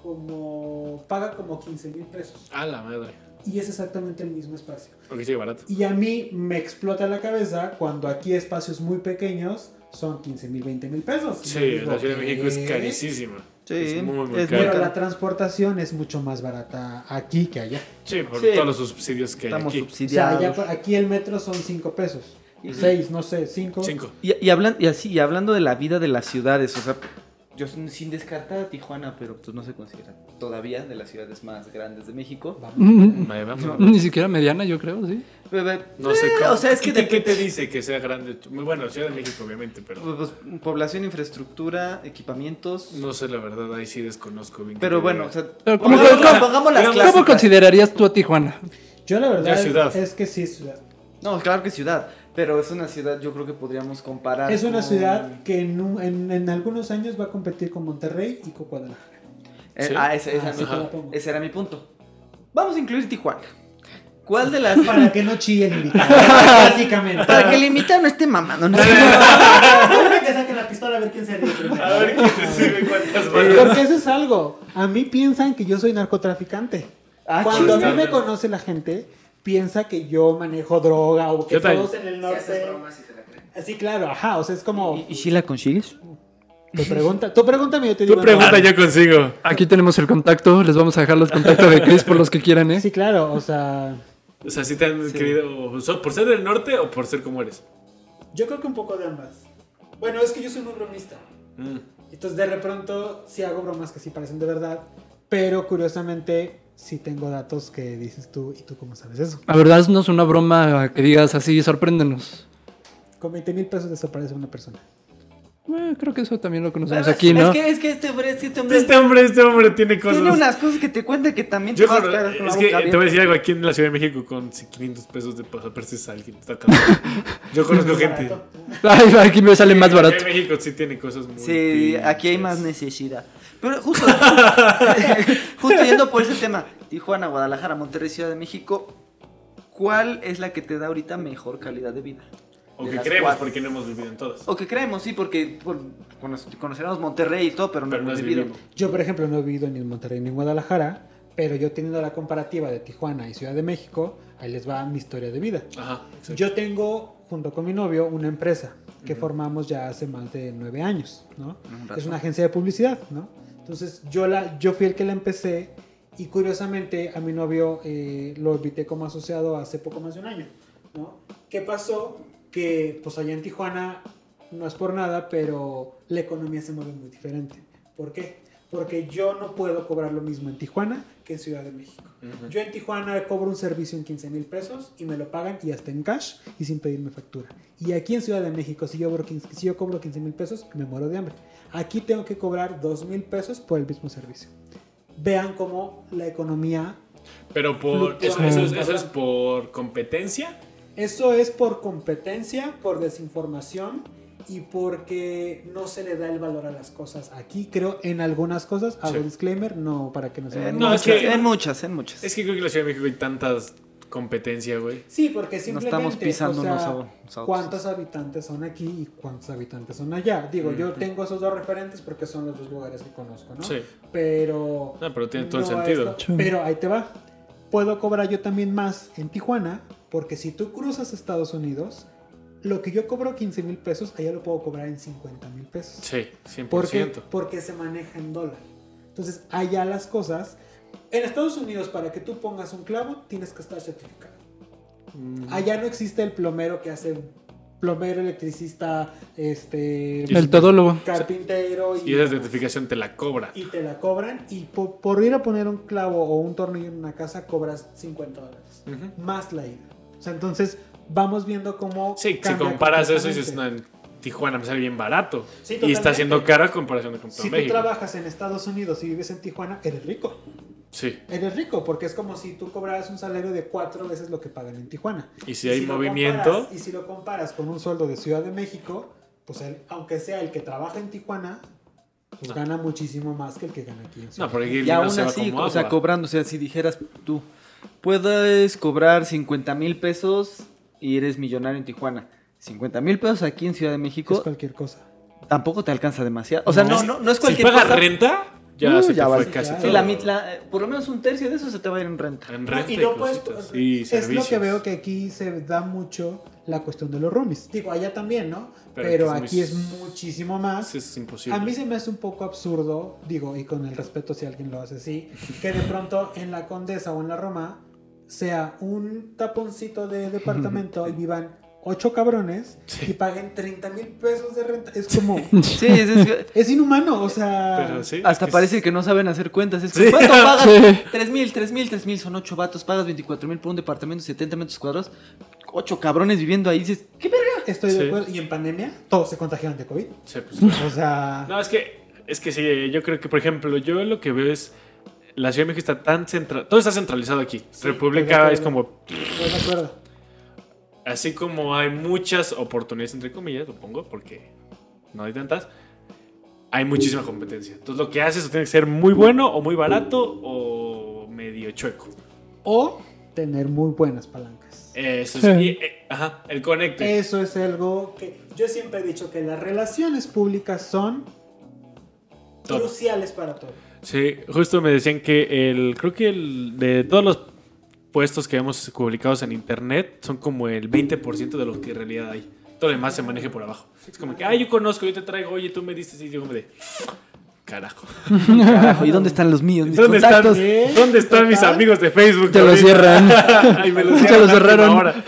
S4: Como, paga como 15 mil pesos.
S2: A la madre.
S4: Y es exactamente el mismo espacio.
S2: Porque sigue barato.
S4: Y a mí me explota la cabeza cuando aquí espacios muy pequeños son 15 mil, 20 mil pesos. Y yo
S2: Sí,
S4: digo,
S2: la Ciudad de México es
S4: ¿qué?
S2: carísima.
S1: Sí,
S2: es muy, muy
S1: es
S2: caro.
S1: muy
S4: Pero la transportación es mucho más barata aquí que allá.
S2: Sí, por
S1: Sí.
S2: todos los subsidios que hay
S1: Estamos
S2: aquí.
S4: O sea,
S1: subsidiados.
S4: allá por- aquí el metro son 5 pesos.
S1: Ujú.
S4: 6, no sé, 5.
S2: Cinco.
S1: Y, y hablan, y así, y hablando de la vida de las ciudades, o sea, yo sin, sin descartar a Tijuana, pero pues no se considera todavía de las ciudades más grandes de México.
S3: Mm,
S2: Vale, vamos.
S3: mm, Ni siquiera mediana, yo creo, sí.
S1: Bebé,
S2: No sé
S1: eh,
S2: cómo.
S1: O sea, es que
S2: ¿Qué,
S1: de,
S2: qué te dice que sea grande? Muy bueno, Ciudad de México, obviamente, pero
S1: pues, población, infraestructura, equipamientos.
S2: no sé la verdad, ahí sí desconozco bien.
S1: pero
S2: qué
S1: bueno,
S2: te
S1: o sea,
S3: Pero ¿cómo,
S1: pongamos-
S3: cómo-
S1: pongamos las
S2: cómo
S1: clásicas.
S3: ¿Cómo considerarías tú a Tijuana?
S4: Yo la
S2: Ya
S4: verdad
S2: ciudad.
S4: es que sí es ciudad.
S1: No, claro que ciudad, pero es una ciudad, yo creo que podríamos comparar.
S4: Es una
S1: con-
S4: ciudad que en, un- en- en algunos años va a competir con Monterrey y con Guadalajara.
S1: Eh,
S2: Sí.
S1: Ah, ese, ese
S4: Ah,
S1: era
S4: sí,
S1: mi-
S4: te la pongo.
S1: ese era mi punto. Vamos a incluir Tijuana. ¿Cuál de las
S4: Para que no chille el invitado, básicamente.
S1: Para que el invitado no esté mamando. este ¿no?
S4: Ahora que saquen la pistola a ver quién se ríe primero.
S2: A ver quién recibe cuántas balas.
S4: Porque eso es algo. A mí piensan que yo soy narcotraficante.
S1: Ah,
S4: Cuando a mí
S2: chingada.
S4: me conoce la gente, piensa que yo manejo droga o que
S2: Yo también.
S4: todos en el norte. Así, claro, ajá. O sea, es como.
S1: ¿Y si la consigues?
S4: Tú, pregunta, tú pregúntame, yo te digo.
S2: Tu
S4: no.
S2: pregunta yo consigo.
S3: Aquí tenemos el contacto, les vamos a dejar los contactos de Chris por los que quieran, ¿eh?
S4: Sí, claro, o sea.
S2: O sea, si te han querido. so- ¿Por ser del norte o por ser como eres?
S4: Yo creo que un poco de ambas. Bueno, es que yo soy muy bromista.
S2: Mm.
S4: Entonces, de pronto, sí hago bromas que sí parecen de verdad. Pero curiosamente, sí tengo datos que dices tú. ¿Y tú cómo sabes eso?
S3: La verdad, haznos una broma que digas así, sorpréndenos.
S4: Con 20 mil pesos desaparece una persona.
S3: Eh, creo que eso también lo conocemos
S4: Pues,
S1: Es-
S3: aquí, ¿no?
S1: Es que, es que este hombre, es que este hombre
S2: pues Este hombre, este hombre tiene cosas.
S1: tiene unas cosas que te cuenta que también
S2: Yo
S1: te vas a
S2: creo-
S1: quedar con la
S2: es que
S1: boca
S2: te voy a
S1: abierta.
S2: decir algo, aquí en la Ciudad de México con 500 pesos de pasaportes a alguien está cabrón. Yo conozco gente.
S3: Ay, aquí me sale más
S2: La Ciudad
S3: barato.
S2: de México sí tiene cosas muy
S1: Sí, aquí hay
S2: pinches.
S1: más necesidad. Pero justo, justo yendo por ese tema, Tijuana, Guadalajara, Monterrey, Ciudad de México, ¿cuál es la que te da ahorita mejor calidad de vida?
S2: O
S1: De
S2: que
S1: las
S2: creemos,
S1: cuatro. Oh,
S2: porque no hemos vivido en todas.
S1: O que creemos, sí, porque conoceremos Monterrey y todo, pero no
S2: Pero no
S1: hemos
S2: has
S1: vivido.
S2: vivido.
S4: Yo, por ejemplo, no he vivido ni en Monterrey ni en Guadalajara, pero yo teniendo la comparativa de Tijuana y Ciudad de México, ahí les va mi historia de vida.
S2: Ajá. exacto.
S4: Yo tengo, junto con mi novio, una empresa que formamos ya hace más de nueve años, ¿no?
S1: rato.
S4: Es una agencia de publicidad, ¿no? Entonces, yo, la, yo fui el que la empecé y curiosamente a mi novio eh, lo invité como asociado hace poco más de un año, ¿no? ¿Qué pasó? Que pues allá en Tijuana no es por nada, pero la economía se mueve muy diferente. ¿Por qué? Porque yo no puedo cobrar lo mismo en Tijuana que en Ciudad de México. Yo en Tijuana cobro un servicio en 15 mil pesos y me lo pagan y hasta en cash y sin pedirme factura. Y aquí en Ciudad de México, si yo cobro 15, si yo cobro 15 mil pesos, me muero de hambre. Aquí tengo que cobrar 2 mil pesos por el mismo servicio. Vean cómo la economía
S2: Pero por.
S4: Fluctúa.
S2: Eso, eso es, eso es por competencia.
S4: Eso es por competencia, por desinformación y porque no se le da el valor a las cosas. Aquí creo en algunas cosas, hago
S2: Sí. Eh,
S4: disclaimer, no para que no se
S1: En,
S4: vayan.
S2: No,
S1: muchas,
S2: es que-
S1: en muchas, en muchas.
S2: Es que creo que en la Ciudad de México hay tantas competencia, güey.
S4: Sí, porque
S1: estamos
S4: simplemente
S1: pisando
S4: o sea,
S1: unos a unos a otros.
S4: cuántos habitantes son aquí y cuántos habitantes son allá. Digo, yo tengo esos dos referentes porque son los dos lugares que conozco, ¿no?
S2: Sí.
S4: Pero
S2: Ah, pero tiene todo el
S4: No,
S2: sentido.
S4: esto- pero ahí te va. Puedo cobrar yo también más en Tijuana, porque si tú cruzas Estados Unidos, lo que yo cobro 15 mil pesos, allá lo puedo cobrar en 50 mil pesos.
S2: Sí, 100%.
S4: ¿Por qué? Porque se maneja en dólar. Entonces, allá las cosas. En Estados Unidos, para que tú pongas un clavo, tienes que estar certificado.
S2: Mm.
S4: Allá no existe el plomero que hace plomero, electricista, este,
S2: Y-
S3: El todólogo.
S4: carpintero
S2: Y esa certificación te la cobra.
S4: y te la cobran y po- por, ir a poner un clavo o un tornillo en una casa cobras 50 dólares
S2: Ujú.
S4: más la ida. O sea, entonces vamos viendo cómo...
S2: Sí, si
S4: cambia
S2: comparas eso y dices, no,
S4: completamente.
S2: en Tijuana me sale bien barato. y
S4: Sí,
S2: está
S4: totalmente.
S2: siendo cara a comparación de con
S4: Si tú
S2: México.
S4: trabajas en Estados Unidos y vives en Tijuana, eres rico.
S2: Sí.
S4: Eres rico porque es como si tú cobraras un salario de cuatro veces lo que pagan en Tijuana.
S2: Y si hay
S4: lo
S2: movimiento-
S4: comparas- y si lo comparas con un sueldo de Ciudad de México, pues el- aunque sea el que trabaja en Tijuana, pues gana muchísimo más que el que gana aquí en Ciudad
S2: No, porque aquí
S1: Y aún
S2: no se va
S1: así,
S2: como
S1: o sea,
S2: agua.
S1: cobrando, o sea, si dijeras tú, puedes cobrar 50 mil pesos y eres millonario en Tijuana. 50 mil pesos aquí en Ciudad de
S4: Es
S1: México
S4: cualquier cosa.
S1: tampoco te alcanza demasiado. O sea, no, no, no es cualquier
S2: si pagas
S1: cosa.
S2: renta, ya
S1: Uh,
S2: se
S1: ya
S2: te
S1: vas.
S2: fue casi
S4: Sí,
S2: todo.
S1: Sí, la mit- la- eh, por lo menos un tercio de eso se te va a ir en renta.
S2: En
S4: No,
S2: renta
S4: Ah, y
S2: y,
S4: no puedes- pues,
S2: cositas. Y
S4: es
S2: servicios.
S4: lo que veo que aquí se da mucho la cuestión de los roomies. Digo, allá también, ¿no?
S2: Pero
S4: Pero,
S2: aquí
S4: aquí
S2: es
S4: es,
S2: muy-
S4: muchísimo más.
S2: Sí, es imposible.
S4: A mí se me hace un poco absurdo, digo, y con el respeto si alguien lo hace así, que de pronto en la Condesa o en la Roma sea un taponcito de departamento y vivan ocho cabrones y paguen 30 mil pesos de renta. Es como...
S1: Sí, es- es-
S4: es inhumano, o sea...
S2: Pero sí,
S1: hasta
S2: es que
S1: parece que no saben hacer cuentas. Es como, ¿Cuánto pagas? 3 mil, 3 mil, 3 mil, son 8 vatos. Pagas 24 mil por un departamento de 70 metros cuadrados. 8 cabrones viviendo ahí. Dices, ¿qué verga?
S4: Estoy
S2: Sí.
S4: de acuerdo. Y en pandemia todos se contagiaron de COVID.
S2: sí, pues,
S4: O sea...
S2: No, es que, es que sí, yo creo que, por ejemplo, yo lo que veo es. La Ciudad de México está tan central. Todo está centralizado aquí. República
S4: estoy de
S2: es como.
S4: Estoy de acuerdo.
S2: Así como hay muchas oportunidades, entre comillas, lo pongo, porque no hay tantas. Hay muchísima competencia. Entonces, lo que haces o tiene que ser muy bueno, o muy barato, o medio chueco.
S4: o tener muy buenas palancas.
S2: Eso es.
S3: Sí.
S2: y, eh, ajá, el conecte.
S4: Eso es algo que yo siempre he dicho que las relaciones públicas son
S2: Todo.
S4: cruciales para todo.
S2: Sí, justo me decían que el. Creo que el. De todos los puestos que hemos publicados en internet, son como el 20% de lo que en realidad hay. Todo lo demás se maneja por abajo. Es como que, ah, yo conozco, yo te traigo, oye, tú me dices, y yo como de. Carajo.
S1: Carajo, ¿y dónde están los míos? Mis
S2: ¿Dónde están,
S1: contactos?
S4: ¿eh?
S2: ¿Dónde están
S4: Total.
S2: mis amigos de Facebook?
S3: Te lo
S2: ahorita?
S3: cierran.
S2: Ay, me lo
S3: Te
S2: cierran.
S3: lo
S2: a última
S3: cerraron.
S2: hora.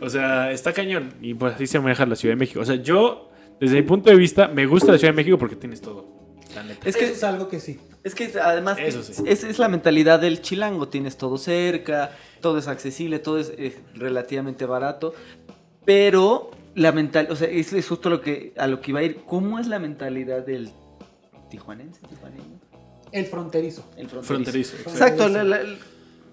S2: O sea, está cañón. Y pues así se maneja la Ciudad de México. O sea, yo, desde mi punto de vista, me gusta la Ciudad de México porque tienes todo. La neta.
S1: Es que,
S4: Eso es algo que sí.
S1: es que además
S2: Eso sí.
S1: es, es la mentalidad del chilango. Tienes todo cerca, todo es accesible, todo es eh, relativamente barato. Pero la mental, o sea, es, es justo lo que, a lo que iba a ir. ¿Cómo es la mentalidad del tijuanense, tijuaneño?
S4: El fronterizo.
S1: El fronterizo.
S2: Fronterizo. exacto.
S1: Exacto, la- la- el-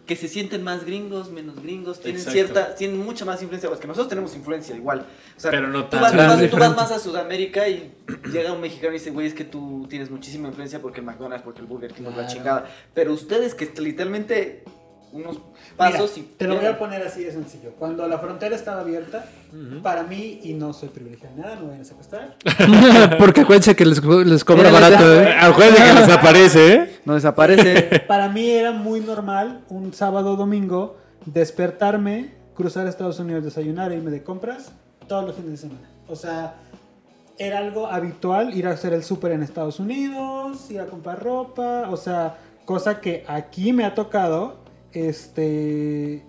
S1: que se sienten más gringos, menos gringos, tienen
S2: Exacto.
S1: cierta, tienen mucha más influencia, pues que nosotros tenemos influencia igual. O sea,
S2: Pero no
S1: tú,
S2: tan-
S1: vas, tú vas- tú vas
S3: diferente.
S1: más a Sudamérica y llega un mexicano y dice, güey, es que tú tienes muchísima influencia porque el McDonald's, porque el Burger King, por la
S4: Claro.
S1: chingada. Pero ustedes que literalmente unos pasos
S4: Mira,
S1: y...
S4: Te lo voy a poner así de sencillo. Cuando la frontera estaba abierta, para mí, y no soy privilegiado en nada, no me van a secuestrar.
S3: Porque acuérdense que les, co- les cobra
S1: Mira, les da-
S3: barato,
S2: Ah,
S3: ¿eh?
S6: Acuérdense que desaparece, ¿eh?
S1: No desaparece.
S4: para mí era muy normal un sábado o domingo despertarme, cruzar a Estados Unidos, desayunar, irme de compras todos los fines de semana. O sea, era algo habitual ir a hacer el súper en Estados Unidos, ir a comprar ropa, o sea, cosa que aquí me ha tocado, este,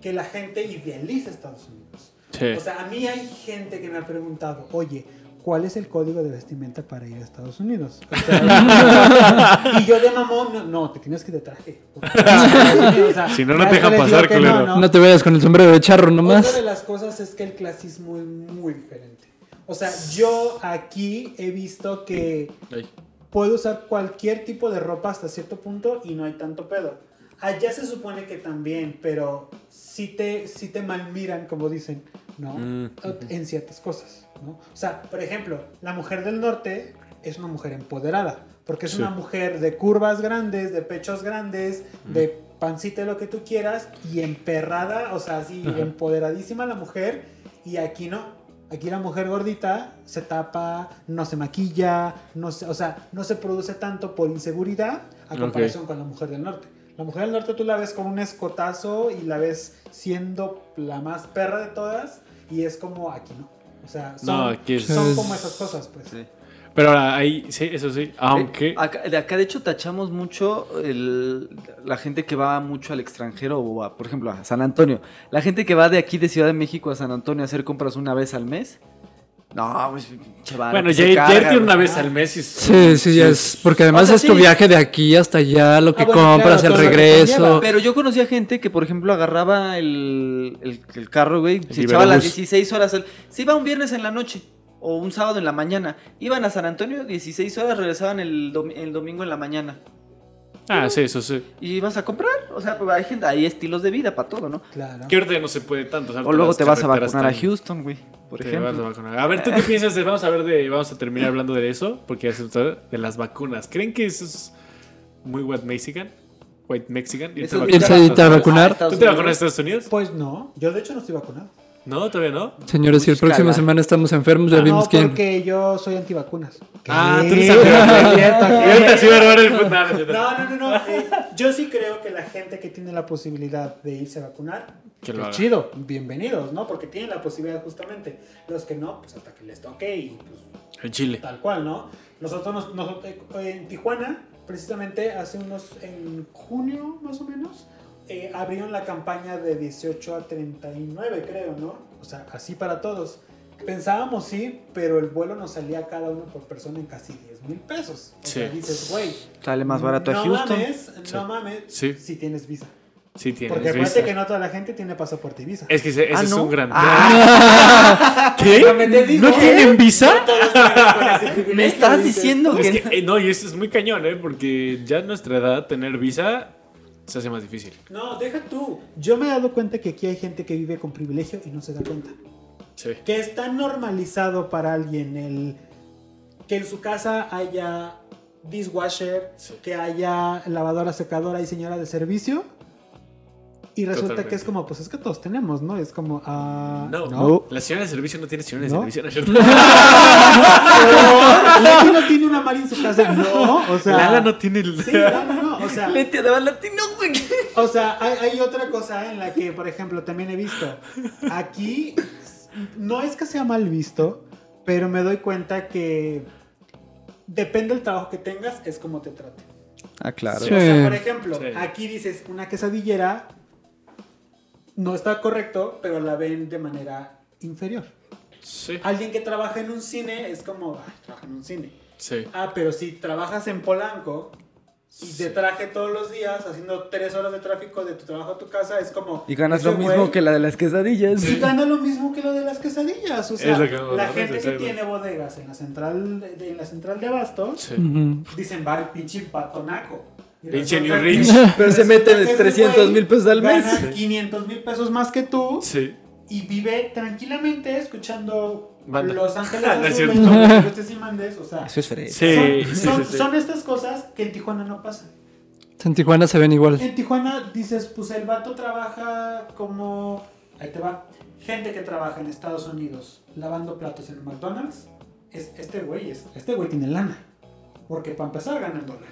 S4: que la gente idealiza Estados Unidos.
S2: Sí.
S4: O sea, a mí hay gente que me ha preguntado, oye, ¿cuál es el código de vestimenta para ir a Estados Unidos? O sea, y yo de mamón, no, no, te tienes que ir de traje. porque- o sea,
S6: Si no, no
S4: ya
S6: te dejan
S4: les digo
S6: pasar,
S4: que
S6: culero.
S3: No te vayas con el sombrero de charro
S4: otra
S3: nomás.
S4: de las cosas es que el clasismo es muy diferente. O sea, yo aquí he visto que
S2: Ay.
S4: puedo usar cualquier tipo de ropa hasta cierto punto y no hay tanto pedo. Allá se supone que también, pero sí te, sí te malmiran, como dicen, ¿no? En ciertas cosas, ¿no? O sea, por ejemplo, la mujer del norte es una mujer empoderada, porque es una mujer de curvas grandes, de pechos grandes, de pancita, lo que tú quieras, y emperrada, o sea, así, empoderadísima la mujer, y aquí no. Aquí la mujer gordita se tapa, no se maquilla, no se, o sea, no se produce tanto por inseguridad a comparación con la mujer del norte. La mujer del norte tú la ves con un escotazo y la ves siendo la más perra de todas y es como aquí no. O sea, son,
S2: No, aquí es-
S4: son como esas cosas, pues.
S1: Sí.
S2: Pero ahora, ahí, sí, eso sí. Aunque.
S1: Eh, acá- de acá, de hecho, tachamos mucho el- la gente que va mucho al extranjero, o a, por ejemplo, a San Antonio. La gente que va de aquí de Ciudad de México a San Antonio a hacer compras una vez al mes. No, pues, chaval.
S2: bueno, ya, ya irte una vez al mes y.
S3: Sí, sí, ya es. Porque además
S1: O sea,
S3: es tu
S1: sí.
S3: viaje de aquí hasta allá, lo que
S4: Ah, bueno,
S3: compras,
S4: claro,
S3: el
S4: todo lo que
S3: regreso.
S4: conlleva,
S1: Pero yo conocía gente que, por ejemplo, agarraba el, el- el carro, güey, se echaba
S6: Iberobús.
S1: las 16 horas. al- se iba un viernes en la noche o un sábado en la mañana. Iban a San Antonio 16 horas, regresaban el, dom- el domingo en la mañana.
S2: Ah, sí, eso sí.
S1: Y ibas a comprar. O sea, pues, hay, gente, hay estilos de vida para todo, ¿no?
S4: Claro.
S2: Que ahorita ya no se puede tanto.
S1: O luego te vas a vacunar a
S2: Houston
S1: Houston, güey, por
S2: Te vas a,
S1: ejemplo.
S2: vacunar. a ver, ¿tú qué piensas? de- vamos a ver de, vamos a terminar hablando de eso, porque ya se trata de las vacunas. ¿Creen que eso es muy white Mexican? White Mexican. Irte
S1: Eso
S2: a
S1: es
S3: Irse
S2: vacunar.
S3: a irte a
S1: Ah,
S3: vacunar.
S1: está-
S2: ¿Tú te vacunas a Estados Unidos?
S4: Pues no, yo de hecho no estoy vacunado.
S2: No, todavía no.
S3: Señores, si el próximo
S1: Búscala.
S3: semana estamos enfermos, ya
S4: Ah, No,
S3: vimos quién.
S4: porque yo soy antivacunas.
S2: Ah,
S4: ¿Qué?
S2: tú eres antivacunas.
S4: Es cierto,
S2: Y
S4: ¿qué?
S2: ahorita sí va a robar el putal.
S4: No, no, no, no. eh, yo sí creo que la gente que tiene la posibilidad de irse a vacunar,
S2: Que
S4: que
S2: lo haga.
S4: chido, bienvenidos, ¿no? Porque tienen la posibilidad justamente. Los que no, pues hasta que les toque y pues
S2: En Chile.
S4: tal cual, ¿no? Nosotros, nos- nos- eh, en Tijuana, precisamente hace unos, en junio más o menos, eh, abrieron la campaña de 18 a 39, creo, ¿no? O sea, así para todos. Pensábamos sí, pero el vuelo nos salía cada uno por persona en casi 10 mil pesos. O sea,
S2: Sí.
S4: dices, güey,
S1: Sale más barato
S4: no
S1: a Houston.
S4: Mames, No mames,
S2: Sí.
S4: si tienes visa.
S2: Sí, tienes.
S4: Porque
S2: visa.
S4: acuérdate que no toda la gente tiene pasaporte y visa.
S2: Es que ese, ese
S1: Ah,
S2: es
S1: ¿no?
S2: un gran.
S4: Déjame te
S2: ¿Qué?
S4: digo,
S2: ¿No tienen visa?
S1: Me estás diciendo
S2: Es
S1: que...
S2: que, eh, no, y eso es muy cañón, ¿eh? Porque ya a nuestra edad tener visa se hace más difícil.
S4: No, deja tú. Yo me he dado cuenta que aquí hay gente que vive con privilegio y no se da cuenta.
S2: Sí.
S4: Que está normalizado para alguien el que en su casa haya dishwasher,
S2: Sí.
S4: que haya lavadora, secadora y señora de servicio. Y resulta que es
S2: Totalmente.
S4: como, pues es que todos tenemos, ¿no? Es como, ah,
S2: No,
S4: no.
S2: La señora de servicio no tiene señora de
S4: No.
S2: servicio, ¿no es cierto?
S4: Leti no tiene una Mari en su casa, no. O sea,
S2: Lala no tiene. el-
S4: Sí, no, no, no, o sea,
S1: Leti, además, latino, güey.
S4: o sea hay, hay otra cosa en la que, por ejemplo, también he visto. Aquí no es que sea mal visto, pero me doy cuenta que depende del trabajo que tengas, es como te traten.
S1: Ah, claro.
S3: Sí.
S4: O sea, por ejemplo,
S2: Sí.
S4: aquí dices una quesadillera no está correcto, pero la ven de manera inferior.
S2: Sí.
S4: Alguien que trabaja en un cine es como, "Ay, trabaja en un cine.
S2: Sí.
S4: Ah, pero si trabajas en Polanco, y de traje todos los días, haciendo tres horas de tráfico de tu trabajo a tu casa, es como.
S1: Y ganas
S4: ese
S1: lo mismo
S4: güey-
S1: que la de las quesadillas.
S4: Y gana lo mismo que lo de las quesadillas. O sea,
S2: lo que vamos a
S4: la
S2: hacer,
S4: gente que
S2: exacto.
S4: tiene bodegas en la central de, de- en la central de abastos
S3: Ujú.
S4: dicen va el pinche patonaco. Y
S2: Pinche
S4: resulta
S2: New
S4: que-
S2: Rich.
S1: Pero se mete
S4: resulta que ese
S1: 300 mil
S4: güey
S1: pesos al mes.
S4: Gana 500 mil pesos más que tú
S2: Sí.
S4: y vive tranquilamente escuchando
S2: Banda.
S4: Los Ángeles
S2: Ah, no es
S4: Azules,
S2: cierto.
S4: Los Azules y Mandes, o sea.
S1: Eso es fresco.
S2: Sí,
S4: Eh, son,
S2: sí,
S4: son-
S2: sí, sí.
S4: son estas cosas que en Tijuana no pasan.
S3: En Tijuana se ven igual.
S4: En Tijuana dices, pues el vato trabaja como... Ahí te va. Gente que trabaja en Estados Unidos lavando platos en un McDonald's, es, este güey es, este güey tiene lana. Porque para empezar gana el dólar.